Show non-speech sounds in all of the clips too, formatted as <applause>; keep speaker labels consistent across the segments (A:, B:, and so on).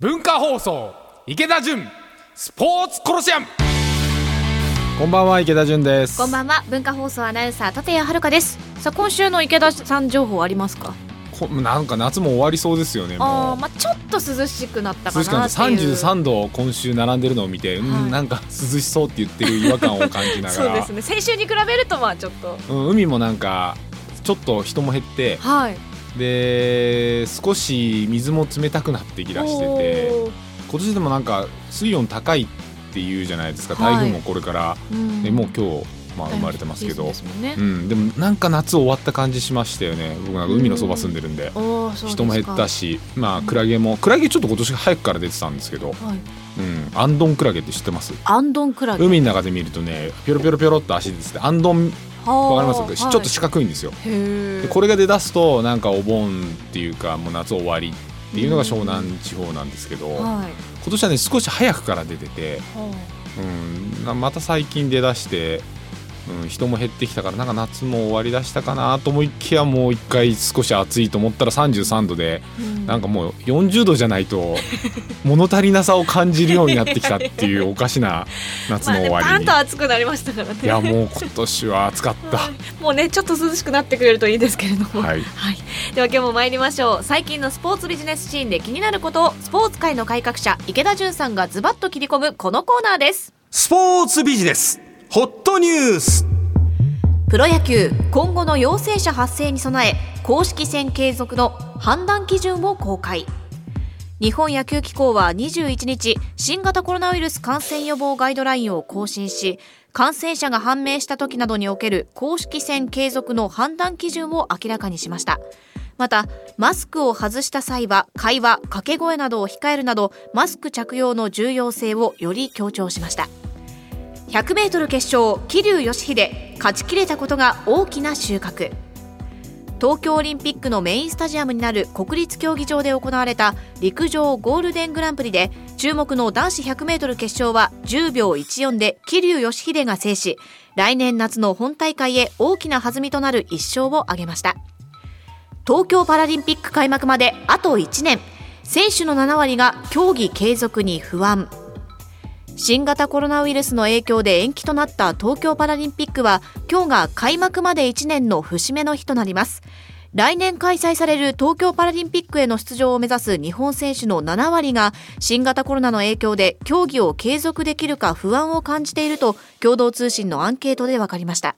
A: 日放送池田純スポーツコロシアム
B: こんばんは池田純です。
C: こんばんは文化放送アナウンサー立谷遥ですさあ今週の池田さん情報ありますか
B: こなんか夏も終わりそうですよね。
C: あ
B: も
C: ーまあちょっと涼しくなった
B: う涼
C: か
B: しくな
C: な
B: っ
C: ってていう
B: 33度今週並んでるのを見て、う
C: は
B: ん
C: い
B: なんか涼しそうって言ってる違和感を感じなが
C: <laughs> そう
B: ら、
C: ですね先週に比べるとまあちょっと
B: うん海もなんかちょっと人も減って
C: はい
B: で少し水も冷たくなってきだしてて
C: おー
B: 今年でもなんか水温高いっていうじゃないですか
C: はい
B: 台風もこれから、
C: うん
B: ねもう今日、まあ、生まれてますけ
C: いい
B: ど
C: ですもんね
B: うん、でもなんか夏終わった感じしましたよね僕なんか海のそば住んでるんで。
C: おーそうですか
B: 人も減ったし、まあ、クラゲもクラゲちょっと今年早くから出てたんですけど、
C: はい
B: うん、アンドンクラゲって知ってます
C: アンドンクラゲ
B: 海の中で見るとねピョロピョロピョロっと足でつってアンドンわ
C: わ
B: かりますちょっと四角いんですよ、
C: へ
B: で
C: え
B: これが出だすとなんかお盆っていうかもう夏終わりっていうのが湘南地方なんですけど、今
C: はい
B: 年はね少し早くから出てて、
C: は
B: うん、なまた最近出だして、うん、人も減ってきたからなんか夏も終わりだしたかなと思いきやもう一回少し暑いと思ったら33度で
C: あうん
B: なんかもう40度じゃない
C: <laughs>
B: と物足りなさを感じるようになってきたっていうおかしな夏
C: まあ
B: の
C: ね
B: 終わ
C: バ
B: り
C: ン
B: に、
C: と暑くなりましたからね
B: いやもう今年は暑かった
C: もうねちょっと涼しくなってくれるといいですけれども
B: はい
C: はい、では今日も参りましょう最近のスポーツビジネスシーンで気になることをスポーツ界の改革者池田純さんがズバッと切り込むこのコーナーです
D: スポーツビジネスホットニュース
C: プロ野球今後の陽性者発生に備え公式戦継続の判断基準を公開日本野球機構は21日新型コロナウイルス感染予防ガイドラインを更新し感染者が判明した時などにおける公式戦継続の判断基準を明らかにしましたまたマスクを外した際は会話掛け声などを控えるなどマスク着用の重要性をより強調しました 100m 決勝桐生祥秀勝ちきれたことが大きな収穫東京オリンピックのメインスタジアムになる国立競技場で行われた陸上ゴールデングランプリで注目の男子 100m 決勝は10秒14で桐生祥秀が制し来年夏の本大会へ大きな弾みとなる1勝を挙げました東京パラリンピック開幕まであと1年選手の7割が競技継続に不安新型コロナウイルスの影響で延期となった東京パラリンピックは今日が開幕まで1年の節目の日となります来年開催される東京パラリンピックへの出場を目指す日本選手の7割が新型コロナの影響で競技を継続できるか不安を感じていると共同通信のアンケートで分かりました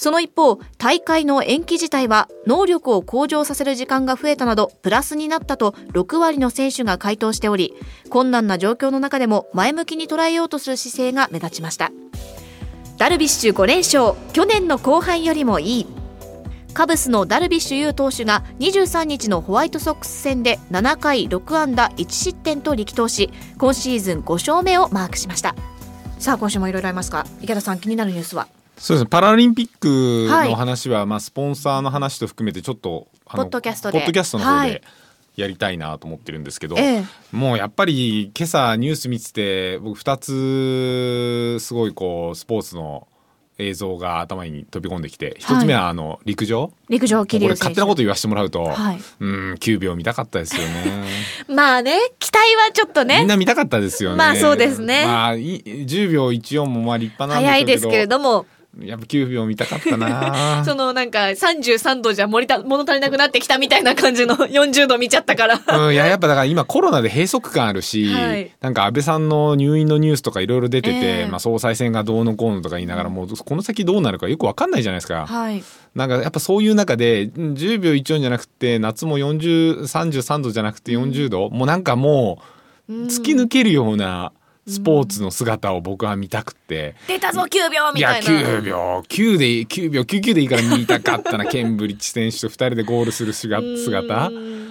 C: その一方大会の延期自体は能力を向上させる時間が増えたなどプラスになったと6割の選手が回答しており困難な状況の中でも前向きに捉えようとする姿勢が目立ちましたダルビッシュ5連勝去年の後半よりもいいカブスのダルビッシュ有投手が23日のホワイトソックス戦で7回6安打1失点と力投し今シーズン5勝目をマークしましたさあ今週もいろいろありますが池田さん気になるニュースは
B: そうですねパラリンピック
C: はい
B: の話は、まあ、スポンサーの話と含めてちょっとあの
C: ポッドキャストで
B: ポッドキャストの方
C: は
B: で
C: い
B: やりたいなと思ってるんですけど、
C: ええ
B: もうやっぱり今朝ニュース見てて僕2つすごいこうスポーツの映像が頭に飛び込んできて1つ目はあの陸上、
C: 陸上桐
B: これ
C: 生
B: 勝手
C: 選手
B: なこと言わせてもらうと、
C: はい
B: うん9秒見たかったですよ
C: <laughs>
B: ね
C: まあね期待はちょっと
B: みん
C: ね
B: な見たかったですよね
C: まあそうですね
B: まあい10秒14もまあ立派なん
C: 早いですけれども
B: やっぱ9秒見たかった
C: <laughs>
B: な
C: そのなんか33度じゃ盛りた物足りなくなってきたみたいな感じの <laughs> 40度見ちゃったから
B: うん、いややっぱだから今コロナで閉塞感あるし、
C: はい
B: なんか安倍さんの入院のニュースとかいろいろ出てて、
C: ええ
B: まあ、総裁選がどうのこうのとか言いながらもうこの先どうなるかよくわかんないじゃないですか。
C: はい
B: なんかやっぱそういう中でうん10秒14じゃなくて夏も4033度じゃなくて40度、もうなんかもう突き抜けるようなスポーツの姿を僕は見たくて、
C: 出たぞ9秒み
B: いや
C: たいな
B: 9秒9でいい9秒99でいいから見たかったなケンブリッジ選手と2人でゴールする姿姿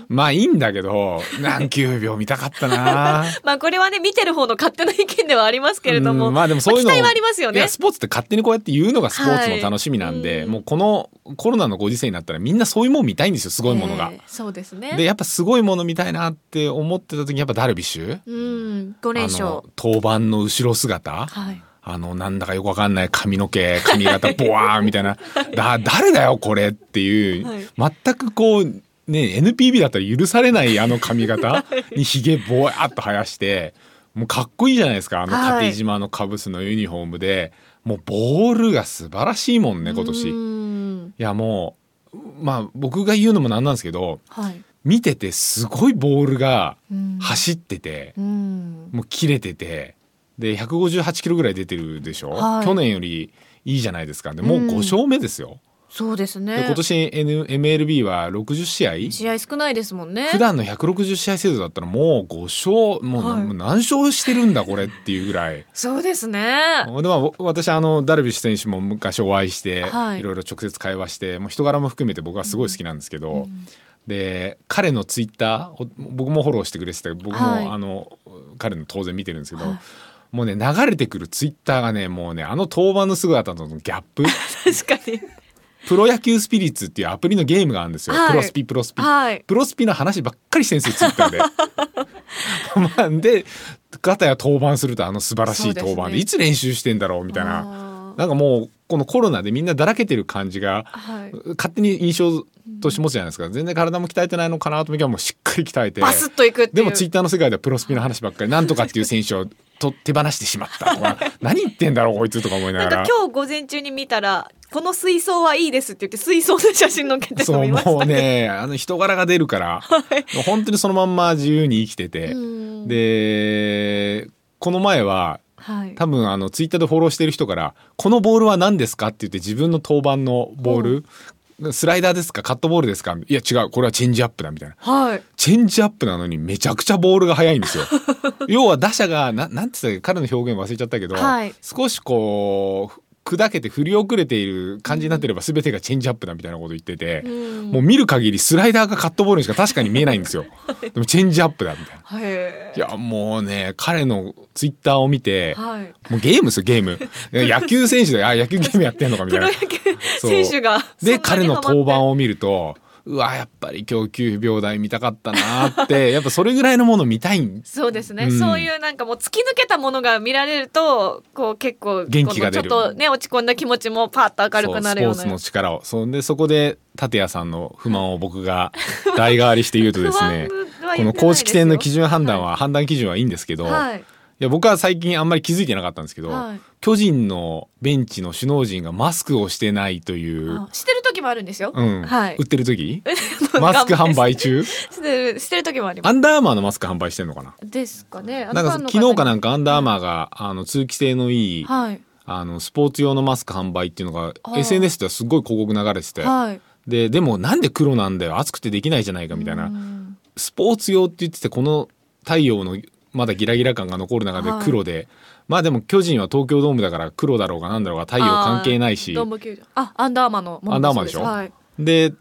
B: まあいいんだけど何9秒見たかったな
C: まあこれはね見てる方の勝手な意見ではありますけれども、
B: うんまあでもそういうの
C: まあ期待はありますよ
B: い
C: ね
B: やスポーツって勝手にこうやって言うのがスポーツの楽しみなんで、
C: はい
B: もうこのコロナのご時世になったらみんなそういうもん見たいんですよすごいものが。
C: えーそうですね
B: でやっぱすごいもの見たいなって思ってた時にやっぱダルビッシュ
C: うん5連
B: あの
C: 勝
B: 登板の後ろ姿
C: はい
B: あのなんだかよくわかんない髪の
C: <laughs>
B: 毛髪型ボワーンみたいなだ誰だよこれっていう、
C: はい
B: 全くこうね NPB だったら許されないあの髪
C: <laughs>
B: 型にひげぼわっと生やしてもうかっこいいじゃないですかあの
C: はい
B: 縦縞のカブスのユニフォームで、もうボールが素晴らしいもんね今年。
C: う
B: い
C: ーん
B: やもうまあ僕が言うのもなんなんですけど
C: はい。
B: 見ててすごいボールが
C: うん
B: 走ってて、
C: うん。
B: もう切れててで158キロぐらい出てるでしょ、
C: はい
B: 去年よりいいじゃないですかでもう
C: うん
B: 5勝目ですよ。
C: そうです
B: で
C: ね。
B: 今年 N MLB は60試合
C: 試合少ないですもんね。
B: 普段の160試合制度だったらもう5勝もうな
C: はい
B: もう何勝してるんだこれっていうぐらい
C: そうですね。
B: <laughs> でまあ私あのダルビッシュ選手も昔お会いして、
C: はい
B: いろいろ直接会話してもう人柄も含めて僕はすごい好きなんですけど、
C: ん
B: で彼のツイッターを僕もフォローしてくれてたけど僕も、
C: はい
B: あの彼の当然見てるんですけど、
C: はい
B: もうね流れてくるツイッターがねもうねあの登板の姿とのギャッ
C: <laughs>
B: プ
C: 確かに。
B: プロ野球スピリッツっていうアプリのゲームがあるんですよ、
C: はい
B: プロスピプロスピ
C: はい。
B: プロスピの話ばっかりしてるんですよツイッター
C: <laughs>
B: で。まあ、で片や登板するとあの素晴らしい登板
C: そう
B: で
C: ですね
B: いつ練習してんだろうみたいな
C: な
B: なんかもうこのコロナでみんなだらけてる感じが
C: はい。
B: 勝手に印象として持つじゃないですか全然体も鍛えてないのかなと思いきやもうしっかり鍛えて
C: バスッといくってい
B: で
C: う。
B: もツイッターの世界ではプロスピの話ばっかりなんとかっていう選手をと手放してしまったと
C: <laughs>
B: か何言ってんだろうこいつとか思いな
C: なん
B: がら
C: か。今日午前中に見たら、この水槽はいいですって言って水槽の写真載っけてる
B: そ
C: の
B: う
C: 見ました。
B: もうねあの人柄が出るから、もう本当にそのまんま自由に生きてて、
C: うん
B: でこの前は
C: はい。
B: 多分あのツイッターでフォローしてる人から「このボールは何ですか?」って言って自分の登板のボールスライダーですかカットボールですかいや違うこれはチェンジアップだみたいな
C: はい。
B: チェンジアップなのにめちゃくちゃボールが速いん
C: <laughs>
B: ですよ要は打者がななんて言ったら彼の表現忘れちゃったけど、
C: はい
B: 少しこう砕けて振り遅れている感じになってれば全てがチェンジアップだみたいなこと言ってて、
C: ん
B: もう見る限りスライダーがカットボールにしか確かに見えないんです
C: <laughs>
B: よでもチェンジアップだみたいな
C: はい。
B: いやもうね彼のツイッターを見て、
C: はい。
B: もうゲームですよゲー
C: <laughs>
B: ム野球選手であ野球ゲームやってんのかみた
C: プ
B: い
C: ロ
B: な
C: 野球選手が
B: で彼の登板
C: を
B: を見るとうわやっぱり今日9秒台見たかったなーって <laughs> やっぱそれぐらいのもの見たいん
C: そうですね、
B: うん
C: そういうなんかもう突き抜けたものが見られるとこう結構
B: 元気が出る
C: このちょっとね落ち込んだ気持ちもパッと明るくなるよう
B: そうスポー
C: な
B: ツの力をそんでそこ
C: <laughs>
B: で立谷さんの不満を僕が代替わりして言うとですね
C: 不安は言ってないです
B: こ
C: よ
B: の公式戦の基準判断は、判断基準はいいんですけど、い、
C: はい
B: や僕は最近あんまり気づいてなかったんですけど、
C: はい
B: 巨人のベンチの首脳陣がマスクをしてないという
C: あ、してる時もあるんですよ、
B: うん
C: はい
B: 売ってる時マスク販売中
C: <laughs> してるしてる時もありま
B: ア
C: す
B: ンダーアーマーのマスク販売してんのかな
C: ですかねあ
B: な
C: の
B: んか
C: ファンの方に
B: 昨日かなんかアンダーアーマーが、あの通気性のいい、
C: はい
B: あのスポーツ用のマスク販売っていうのが
C: あー
B: SNS ではすごい広告流れてて、
C: はい
B: ででもなんで黒なんだよ暑くてできないじゃないかみたいな、
C: うん
B: スポーツ用って言っててこの太陽のまだギラギラ感が残る中で黒で、まあでも巨人は東京ドームだから黒だろうがなんだろうが太陽関係ないし
C: ドーム球場あアンダーマンのもの
B: アンダーマンでしょ
C: そう
B: <laughs>
C: すはい
B: で、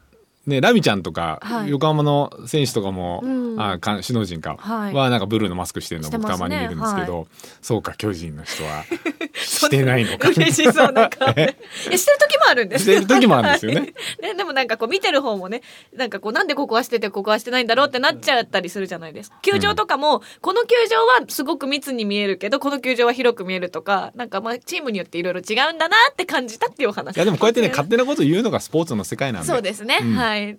B: ね、ラミちゃんとか、
C: はい
B: 横浜の選手とかも、
C: うん
B: あか首脳陣か
C: はい
B: はなんかブルーのマスクしてるの
C: して
B: 僕
C: ますね
B: たまに見るんですけど、そうか巨人の人
C: <laughs>
B: はしてないのか。
C: 嬉しそう
B: <laughs>
C: な顔で。いやしてる時もあるんです。
B: してる時もあるんですよね
C: <laughs> はい。ね、でもなんかこう見てる方もね、なんかこうなんでここはしててここはしてないんだろうってなっちゃったりするじゃないですか。球場とかも、この球場はすごく密に見えるけど、この球場は広く見えるとか、なんかまあチームによっていろいろ違うんだなって感じたっていうお話。
B: いやでもこうやってね勝手なこと言うのがスポーツの世界なんで
C: そうですね。
B: うん
C: はい。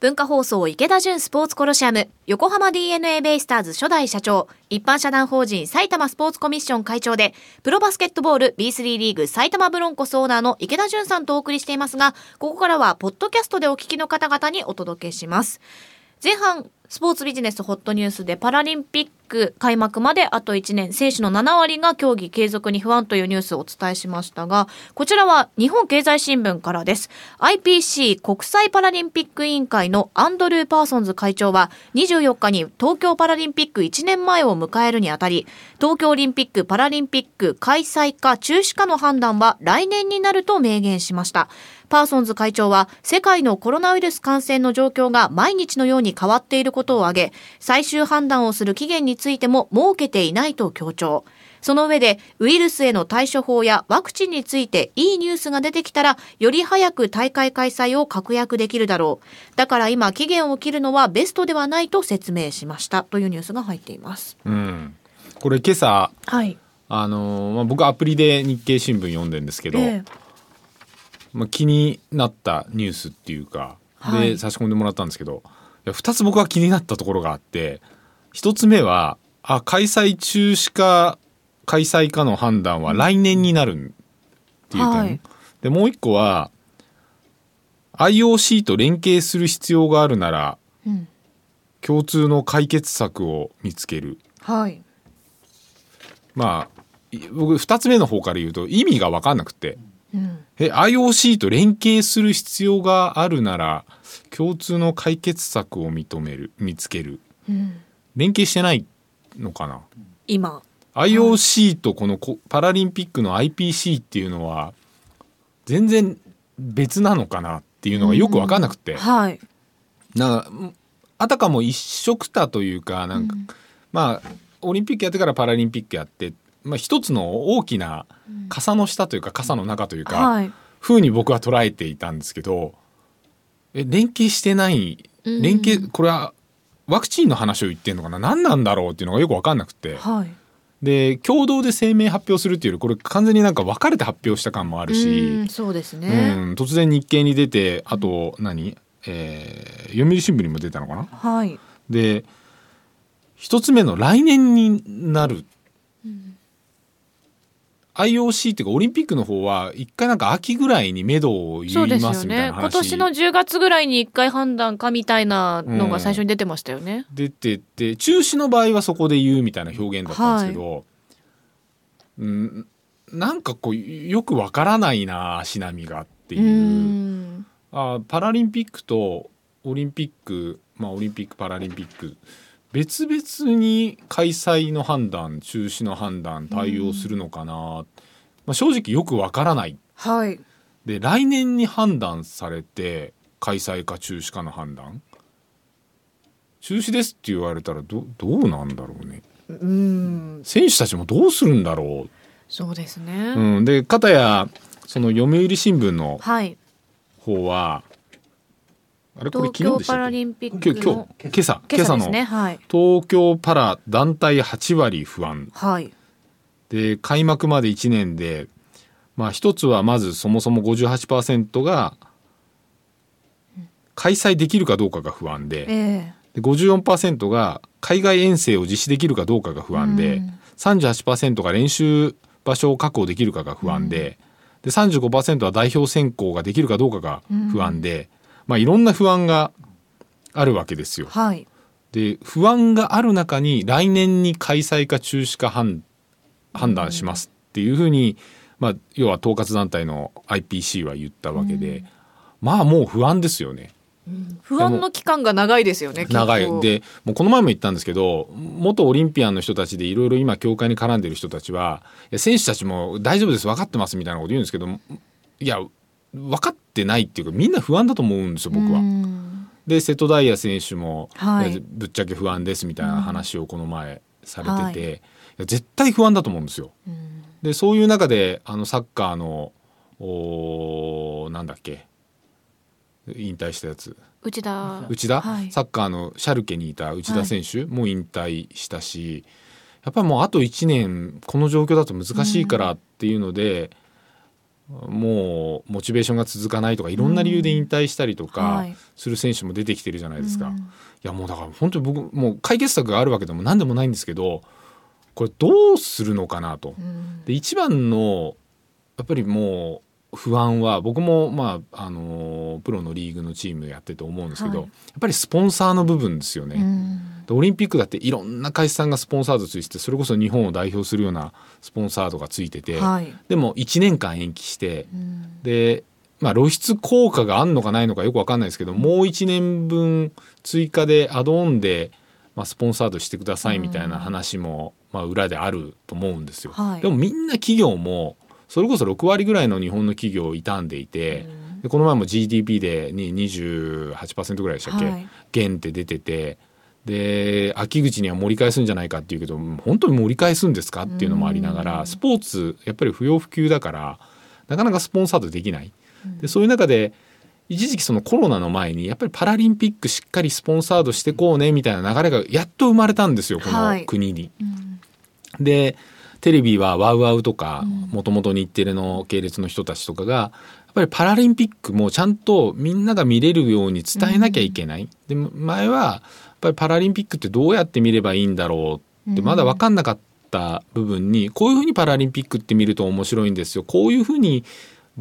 C: 文化放送池田純スポーツコロシアム横浜 d n a ベイスターズ初代社長一般社団法人埼玉スポーツコミッション会長でプロバスケットボール B3 リーグ埼玉ブロンコスオーナーの池田純さんとお送りしていますがここからはポッドキャストでお聞きの方々にお届けします前半スポーツビジネスホットニュースでパラリンピック開幕まであと1年選手の7割が競技継続に不安というニュースをお伝えしましたがこちらは日本経済新聞からです IPC 国際パラリンピック委員会のアンドルー・パーソンズ会長は24日に東京パラリンピック1年前を迎えるにあたり東京オリンピック・パラリンピック開催か中止かの判断は来年になると明言しましたパーソンズ会長は世界のコロナウイルス感染の状況が毎日のように変わっていることを挙げ最終判断をする期限についても設けていないと強調その上でウイルスへの対処法やワクチンについていいニュースが出てきたらより早く大会開催を確約できるだろうだから今期限を切るのはベストではないと説明しましたというニュースが入っています
B: うん、これ今朝
C: はい
B: あのーまあ、僕アプリで日経新聞読んでんですけど、まあ、気になったニュースっていうか、
C: はい
B: で差し込んでもらったんですけどや2つ僕は気になったところがあって1つ目はあ開催中止か開催かの判断は来年になるっていう点、
C: はい
B: でもう1個は IOC と連携する必要があるなら
C: うん
B: 共通の解決策を見つける
C: はい
B: まあい僕2つ目の方から言うと意味が分かんなくて。
C: うん
B: え IOC と連携する必要があるなら共通の解決策を認める見つける
C: うん
B: 連携してないのかな
C: 今
B: IOC とこのこパラリンピックの IPC っていうのは全然別なのかなっていうのがよく分かんなくて、
C: はい
B: なんかんあたかも一色たというかなんか、まあオリンピックやってからパラリンピックやって、まあ、一つの大きな傘の下というか傘の中というか、
C: はい
B: ふうに僕は捉えていたんですけどえ連携してない
C: うん
B: 連携、これはワクチンの話を言ってるのかな何なんだろうっていうのがよく分かんなくて
C: はい
B: で共同で声明発表するっていうよりこれ完全になんか分かれて発表した感もある
C: う
B: し
C: ん、そうです
B: うん
C: ね
B: 突然日経に出てあと何、えー読売新聞にも出たのかな
C: はい
B: で一つ目の来年になる、IOC っていうかオリンピックの方は一回なんか秋ぐらいに目処を言い
C: そうです
B: ま
C: よ
B: すみたい
C: ね
B: な
C: 今
B: 話
C: 年の10月ぐらいに1回判断かみたいなのが最初に出てましたよね、
B: 出てて中止の場合はそこで言うみたいな表現だったんですけど、うんなんかこうよくわからないな足並みがっていう
C: う。ん
B: あパラリンピックとオリンピックまあオリンピックパラリンピック別々に開催の判断中止の判断対応するのかな、まあ、正直よくわからない
C: はい
B: で来年に判断されて開催か中止かの判断中止ですって言われたらどどうなんだろうね
C: うん
B: 選手たちもどうするんだろ
C: そうですね、
B: う、うん、で片やその読売新聞の
C: はい
B: 方はあれこれ昨
C: 東
B: 日
C: 京
B: でし
C: パ
B: た
C: ラ
B: っけ
C: リンピック
B: 今日
C: の
B: 今日今朝
C: 今
B: 今
C: 朝
B: 朝
C: で
B: の
C: すねはい
B: 東京パラ団体8割不安
C: はい
B: で開幕まで1年でまあ一つはまずそもそも58%が開催できるかどうかが不安
C: え
B: で
C: え
B: で54%が海外遠征を実施できるかどうかが不安
C: う
B: で
C: ん
B: 38%が練習場所を確保できるかが不安でで35%は代表選考ができるかどうかが不安でまあいろんな不安があるわけですよ。
C: はい
B: で不安がある中に来年に開催か中止か判判断しますっていうふうに、まあ、要は統括団体の IPC は言ったわけで、まあもう不安ですよね
C: 不安の期間が長いですよね結構
B: 長いでもうこの前も言ったんですけど元オリンピアンの人たちでいろいろ今協会に絡んでる人たちはいや選手たちも大丈夫です分かってますみたいなこと言うんですけどいや分かってないっていうかみんな不安だと思うんですよ僕は。
C: うん
B: で瀬戸大也選手も、
C: はい
B: ねぶっちゃけ不安ですみたいな話をこの前されてて、いや絶対不安だと思うんですよ。
C: うん
B: でそういう中であのサッカーのおーなんだっけ引退したやつ
C: 内田
B: 内田、
C: はい
B: サッカーのシャルケにいた内田選手も引退したし、やっぱりもうあと1年この状況だと難しいからっていうので、もうモチベーションが続かないとかいろんな理由で引退したりと
C: うん
B: か
C: はい
B: する選手も出てきてるじゃないですか。
C: うん
B: いやもうだから本当に僕もう解決策があるわけでも何でもないんですけどこれどうするのかなと。
C: うん
B: で一番のやっぱりもう不安は僕もまああのープロのリーグのチームやってて思うんですけど、
C: はい
B: やっぱりスポンサーの部分ですよね。
C: うん
B: でオリンピックだっていろんな会社さんがスポンサードついててそれこそ日本を代表するようなスポンサードがついてて、
C: はい
B: でも1年間延期して
C: うん
B: で、まあ、露出効果があんのかないのかよくわかんないですけどもう1年分追加でアドオンで、まあ、スポンサードしてくださいみたいな話も、まあ、裏であると思うんですよ。
C: はい
B: でもみんな企業もそれこそ6割ぐらいの日本の企業傷んでいて、でこの前も GDP でに28%ぐらいでしたっけ、
C: はい
B: 減って出ててで秋口には盛り返すんじゃないかっていうけど本当に盛り返すんですかっていうのもありながらスポーツやっぱり不要不急だからなかなかスポンサードできない。でそういう中で一時期そのコロナの前にやっぱりパラリンピックしっかりスポンサードしてこうねみたいな流れがやっと生まれたんですよこ
C: はい
B: の国に。
C: うん
B: でテレビはワウワウとかもともと日テレの系列の人たちとかがぱりパラリンピックもちゃんとみんなが見れるように伝えなきゃいけない、で前はやっぱりパラリンピックってどうやって見ればいいんだろうってまだ分かんなかった部分に、こういうふうにパラリンピックって見ると面白いんですよこういうふうに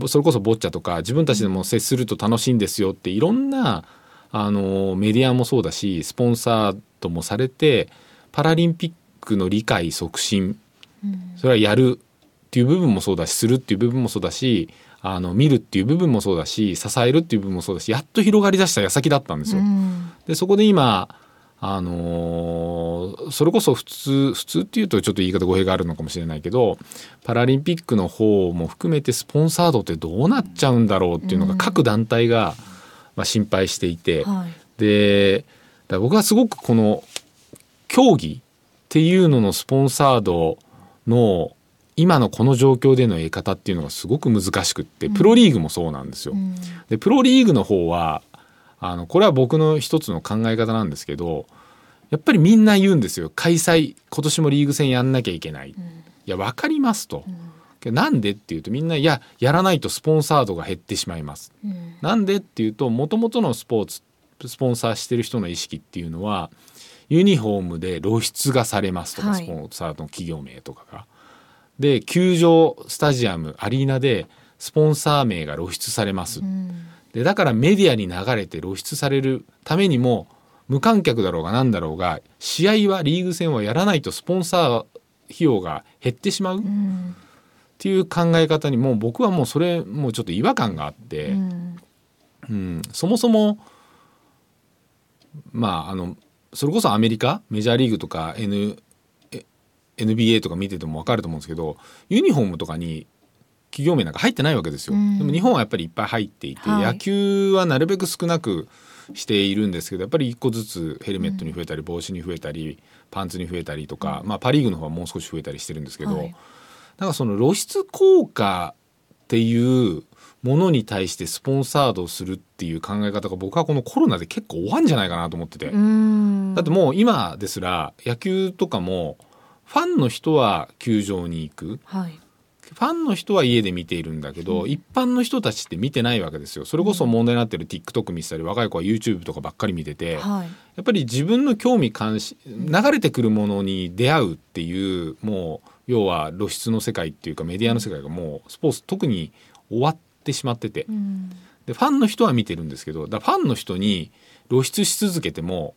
B: それこそボッチャとか自分たちでも接すると楽しいんですよっていろんなあのメディアもそうだしスポンサーともされてパラリンピックの理解促進それはやるっていう部分もそうだしするっていう部分もそうだしあの見るっていう部分もそうだし支えるっていう部分もそうだしやっと広がりだした矢先だったんですよ。でそこで今あのーそれこそ普通普通っていうとちょっと言い方語弊があるのかもしれないけどパラリンピックの方も含めてスポンサードってどうなっちゃうんだろうっていうのが各団体が、まあ、心配していて、
C: はい
B: でだから僕はすごくこの競技っていうののスポンサードの今のこの状況での得方っていうのがすごく難しくってプロリーグもそうなんですよ。
C: うん
B: でプロリーグの方はあのこれは僕の一つの考え方なんですけどやっぱりみんな言うんですよ開催今年もリーグ戦やんなきゃいけない、いや分かりますと、けどなんでっていうとみんないややらないとスポンサードが減ってしまいます、
C: ん
B: なんでっていうともともとのスポーツスポンサーしてる人の意識っていうのはユニフォームで露出がされますとか、
C: はい
B: スポンサードの企業名とかが。で球場スタジアムアリーナでスポンサー名が露出されます、
C: うん
B: でだからメディアに流れて露出されるためにも無観客だろうが何だろうが試合はリーグ戦はやらないとスポンサー費用が減ってしまうっ
C: うん
B: ていう考え方にもう僕はもうそれもうちょっと違和感があって、
C: うん
B: うん、そもそもまああのそれこそアメリカメジャーリーグとか、N、え NBA とか見てても分かると思うんですけどユニフォームとかに企業名なんか入ってないわけですよ、
C: うん
B: でも日本はやっぱりいっぱい入っていて、
C: はい
B: 野球はなるべく少なくしているんですけどやっぱり一個ずつヘルメットに増えたり帽子に増えたりパンツに増えたりとか、まあ、パ・リーグの方はもう少し増えたりしてるんですけど、
C: はい
B: なんかその露出効果っていうものに対してスポンサードをするっていう考え方が僕はこのコロナで結構終わんじゃないかなと思ってて、
C: うん
B: だってもう今ですら野球とかもファンの人は球場に行く
C: はい
B: ファンの人は家で見ているんだけど、一般の人たちって見てないわけですよそれこそ問題になってる TikTok 見てたり若い子は YouTube とかばっかり見てて、
C: はい
B: やっぱり自分の興味関心流れてくるものに出会うっていうもう要は露出の世界っていうかメディアの世界がもうスポーツ特に終わってしまってて
C: うん
B: でファンの人は見てるんですけどだからファンの人に露出し続けても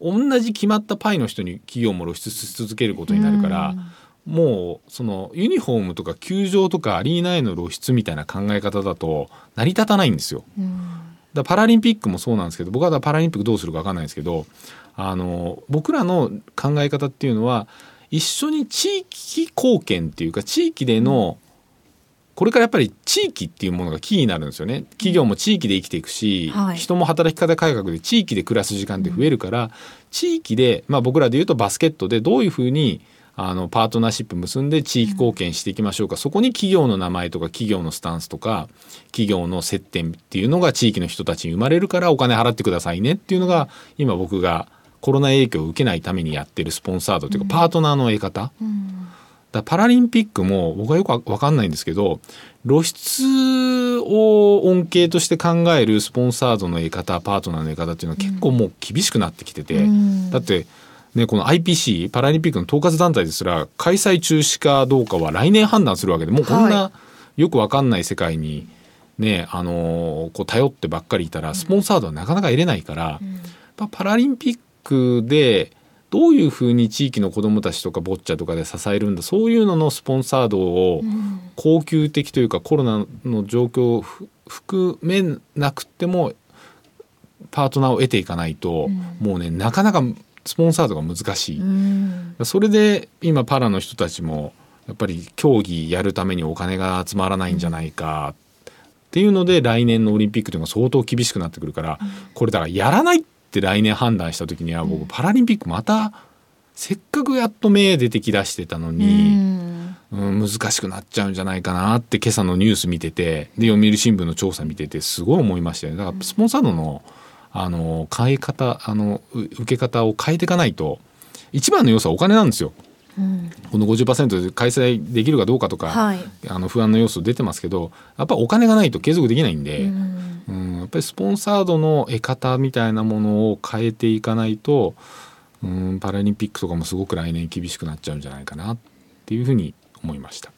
B: 同じ決まったパイの人に企業も露出し続けることになるから、もうそのユニフォームとか球場とかアリーナへの露出みたいな考え方だと成り立たないんですよ。
C: うん
B: だからパラリンピックもそうなんですけど僕はだからパラリンピックどうするか分かんないですけどあの僕らの考え方っていうのは一緒に地域貢献っていうか地域でのこれからやっぱり地域っていうものがキーになるんですよね企業も地域で生きていくし、
C: はい
B: 人も働き方改革で地域で暮らす時間って増えるから、地域で、まあ、僕らで言うとバスケットでどういうふうにあのパートナーシップ結んで地域貢献していきましょうか、そこに企業の名前とか企業のスタンスとか企業の接点っていうのが地域の人たちに生まれるからお金払ってくださいねっていうのが今僕がコロナ影響を受けないためにやってるスポンサードというかパートナーの得方、
C: うん
B: だからパラリンピックも僕はよくわわかんないんですけど露出を恩恵として考えるスポンサードの得方パートナーの得方っていうのは結構もう厳しくなってきてて、
C: うん
B: だって、ね、この IPC パラリンピックの統括団体ですら開催中止かどうかは来年判断するわけでもうこん
C: は
B: なよくわかんない世界に、ねあのーこう頼ってばっかりいたらスポンサードはなかなか得れないから。やっぱパラリンピックでどういうふうに地域の子どもたちとかボッチャとかで支えるんだそういうののスポンサードを恒久的というかコロナの状況をふ含めなくてもパートナーを得ていかないと、もうねなかなかスポンサードが難しい。
C: うん
B: それで今パラの人たちもやっぱり競技やるためにお金が集まらないんじゃないかっていうので来年のオリンピックというのが相当厳しくなってくるからこれだからやらないって来年判断した時には僕パラリンピックまたせっかくやっと目出てきだしてたの
C: う
B: に、
C: ん
B: うん、難しくなっちゃうんじゃないかなって今朝のニュース見ててで読売新聞の調査見ててすごい思いましたよねだからスポンサードのあの変え方あのう受け方を変えていかないと一番の要素はお金なんですよ。この50%で開催できるかどうかとか、
C: はい
B: あの不安の要素出てますけどやっぱお金がないと継続できないんで、うんやっぱりスポンサードの得方みたいなものを変えていかないと、うん、パラリンピックとかもすごく来年厳しくなっちゃうんじゃないかなっていうふうに思いました。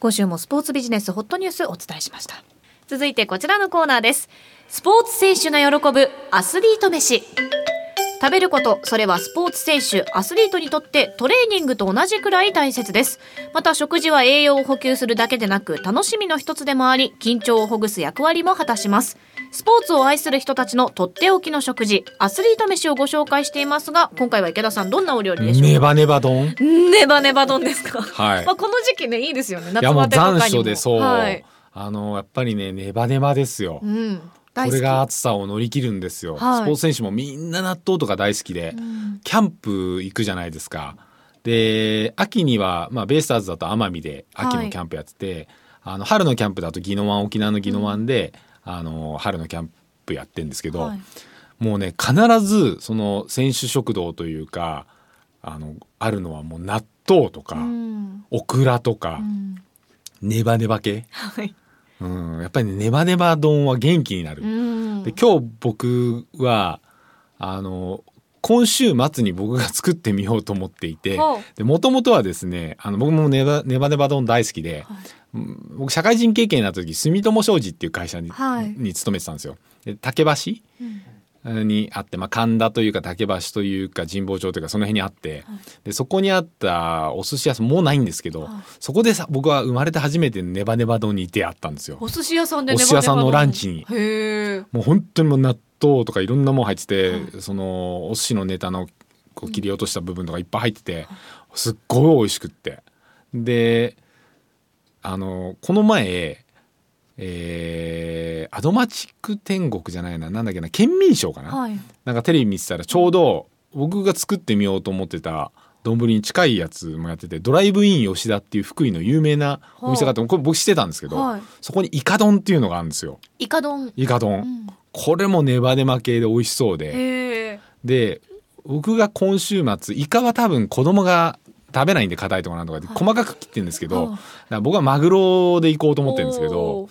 C: 今週もスポーツビジネスホットニュースお伝えしました。続いてこちらのコーナーです。スポーツ選手が喜ぶアスリート飯。食べること、それはスポーツ選手、アスリートにとってトレーニングと同じくらい大切です。また食事は栄養を補給するだけでなく、楽しみの一つでもあり、緊張をほぐす役割も果たします。スポーツを愛する人たちのとっておきの食事、アスリート飯をご紹介していますが、今回は池田さん、どんなお料理でしょうか
B: ネバネバ丼
C: ネバネバ丼ですか。
B: はい
C: まあこの時期ねいいですよね。
B: い
C: 夏
B: やも
C: バ
B: う
C: テとかにも。
B: 残暑でそう、
C: はい。
B: あのやっぱりねネバネバですよ。
C: うん。大
B: こ
C: 好き
B: れが暑さを乗り切るんですよ、
C: はい
B: スポーツ選手もみんな納豆とか大好きで、キャンプ行くじゃないですかで秋には、まあ、ベイスターズだと奄美で秋
C: は
B: の
C: い
B: キャンプやってて、あの春のキャンプだと宜野湾沖縄の宜野湾で、あの春のキャンプやってんですけど、
C: はい
B: もうね必ずその選手食堂というかあのあるのはもう納豆とか、
C: うん。
B: オクラとか、
C: うん
B: ネバネバ系、
C: はい。
B: うん、やっぱりねネバネバ丼は元気になる。
C: うん。
B: で今日僕はあの今週末に僕が作ってみようと思っていて
C: ほう
B: もともとはですねあの僕もネバネバネバ丼大好きで、うん僕社会人経験になった時住友商事っていう会社に,、
C: はい
B: に勤めてたんですよ。で竹橋、にあって、まあ、神田というか竹橋というか神保町というかその辺にあって、でそこにあったお寿司屋さんもうないんですけど、そこでさ僕は生まれて初めてネバネバ丼に出会ったんですよ。
C: お寿司屋さんで
B: お
C: ネバネバ
B: 寿司
C: 丼
B: 屋さんのランチに
C: へえ。
B: もう本当にもう納豆とかいろんなもん入ってて、そのお寿司のネタのこう切り落とした部分とかいっぱい入ってて、すっごい美味しくってであのこの前えーアドマチック天国じゃないななんだっけな県民賞かな、
C: はい。
B: なんかテレビ見てたらちょうど僕が作ってみようと思ってた丼に近いやつもやっててドライブイン吉田っていう福井の有名なお店があってこれ僕してたんですけど、
C: はい
B: そこにイカ丼っていうのがあるんですよ。
C: イカ丼。
B: イカ丼、
C: ん
B: これもネバネバ系で美味しそうで
C: へえ。
B: で僕が今週末イカは多分子供が食べないんで硬いとかなんとかで細かく切ってるんですけど、
C: はい
B: だから僕はマグロでいこうと思ってるんですけど
C: おー。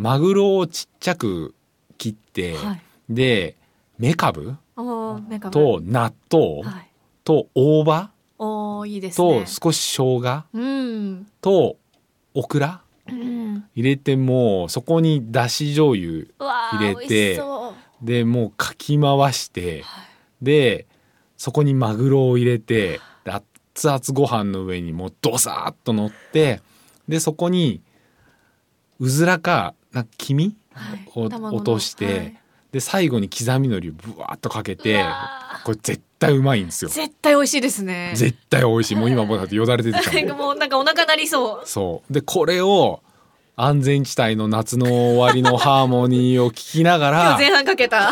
B: マグロをちっちゃく切って、
C: はい
B: でメカブ
C: おおメカブ。
B: と納豆
C: はい。
B: と大葉
C: おおいいですね
B: と。少し生姜
C: うん。
B: とオクラ
C: うん。
B: 入れてもうそこにだし醤油
C: うわー
B: 入れて
C: 美味しそう。
B: でもうかき回して、でそこにマグロを入れてで熱々ご飯の上にもうドサーッと乗ってでそこにうずらかなんか黄身
C: はい
B: を
C: 卵の
B: 落として、
C: はい
B: で最後に刻みのりをぶわーっとかけ
C: う
B: て
C: わー
B: これ絶対うまいんですよ
C: 絶対美味しいですね。
B: 絶対美味しいもう今もうだってよだれ出てきたも
C: なん <laughs>
B: ん
C: かもうなんかお腹なりそう。
B: そうでこれを安全地帯の夏の終わりのハーモニーを聞きなが
C: 今日前
B: ら
C: 半かけた。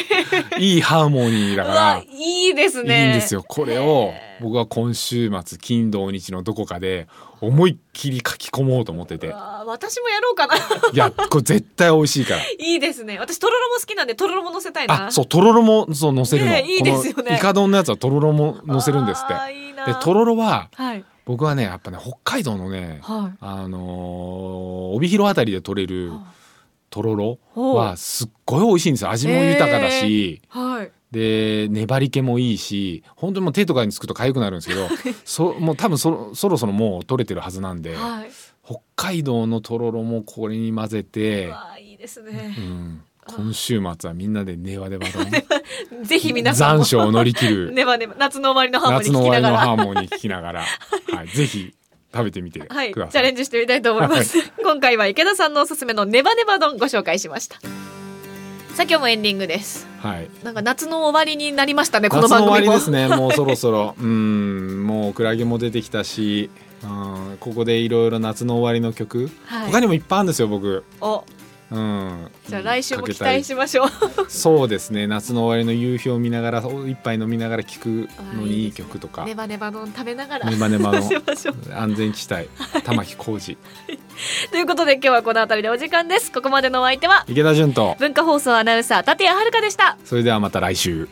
B: <laughs> いいハーモニーだ
C: う
B: か
C: わ
B: ら、
C: いいですね。
B: いいんですよ。これを僕は今週末金土日のどこかで思いっきり書き込もうと思ってて
C: うわー。私もやろうかな。
B: い
C: <laughs>
B: やこれ絶対美味しいか
C: いいですね。私、とろろも好きなんで、とろろも乗せたいな。
B: らあそうとろろもそう乗せるの,、
C: ねえいいですよね
B: このイカ丼のやつはとろろも乗せるんですっ
C: あーいい
B: て
C: な
B: でとろろは
C: はい。
B: 僕はねやっぱね北海道のね、
C: はい
B: あのー帯広あたりで取れるとろろはすっごい美味しいんですよ味も豊かだし、
C: はい。
B: で粘り気もいいし本当にもう手とかにつくと痒くなるんですけどそもう多分そろそろそろもう取れてるはずなんで、
C: はい。
B: 北海道のとろろもこれに混ぜて、
C: わあ、いいですね <laughs>
B: う。ん、今週末はみんなでネバネバと
C: ぜひ皆さんも。
B: 残暑を乗り切
C: <laughs>
B: る
C: ねばねば、夏の終わりのハーモニ
B: 夏
C: ー
B: の
C: 聞
B: 終
C: き
B: わ
C: な
B: り
C: が
B: の
C: ら。
B: ハーモニー聞きなが
C: <laughs>
B: ら、はい、ぜひ食べてみてくださ。
C: はいい、チャレンジしてみたいと思います。 <laughs> 今回は池田さんのおすすめのネバネバ丼ご紹介しました。さあ、今日もエンディングです。
B: はい
C: なんか夏の終わりになりましたね、こ
B: 夏の
C: の
B: 終
C: 番組も。
B: わりですねもうそろそろうんもうクラゲも出てきたし、うん、ここでいろいろ夏の終わりの曲、
C: はい
B: 他にもいっぱいあるんですよ僕。
C: お、
B: うん、
C: じゃあ来週も
B: かけ
C: 期
B: たい
C: 待しましょう。
B: そうですね夏の終わりの夕日を見ながらお一杯飲みながら聴くのにいい曲とか
C: ネバネバ丼食べなが
B: 「
C: ら。
B: ネバネバの
C: しましょう。
B: 安全地帯」玉置浩二
C: ということで今日はこの辺りでお時間ですここまでのお相手は
B: 池田純と
C: 文化放送アナウンサー立谷遥香でした
B: それではまた来週。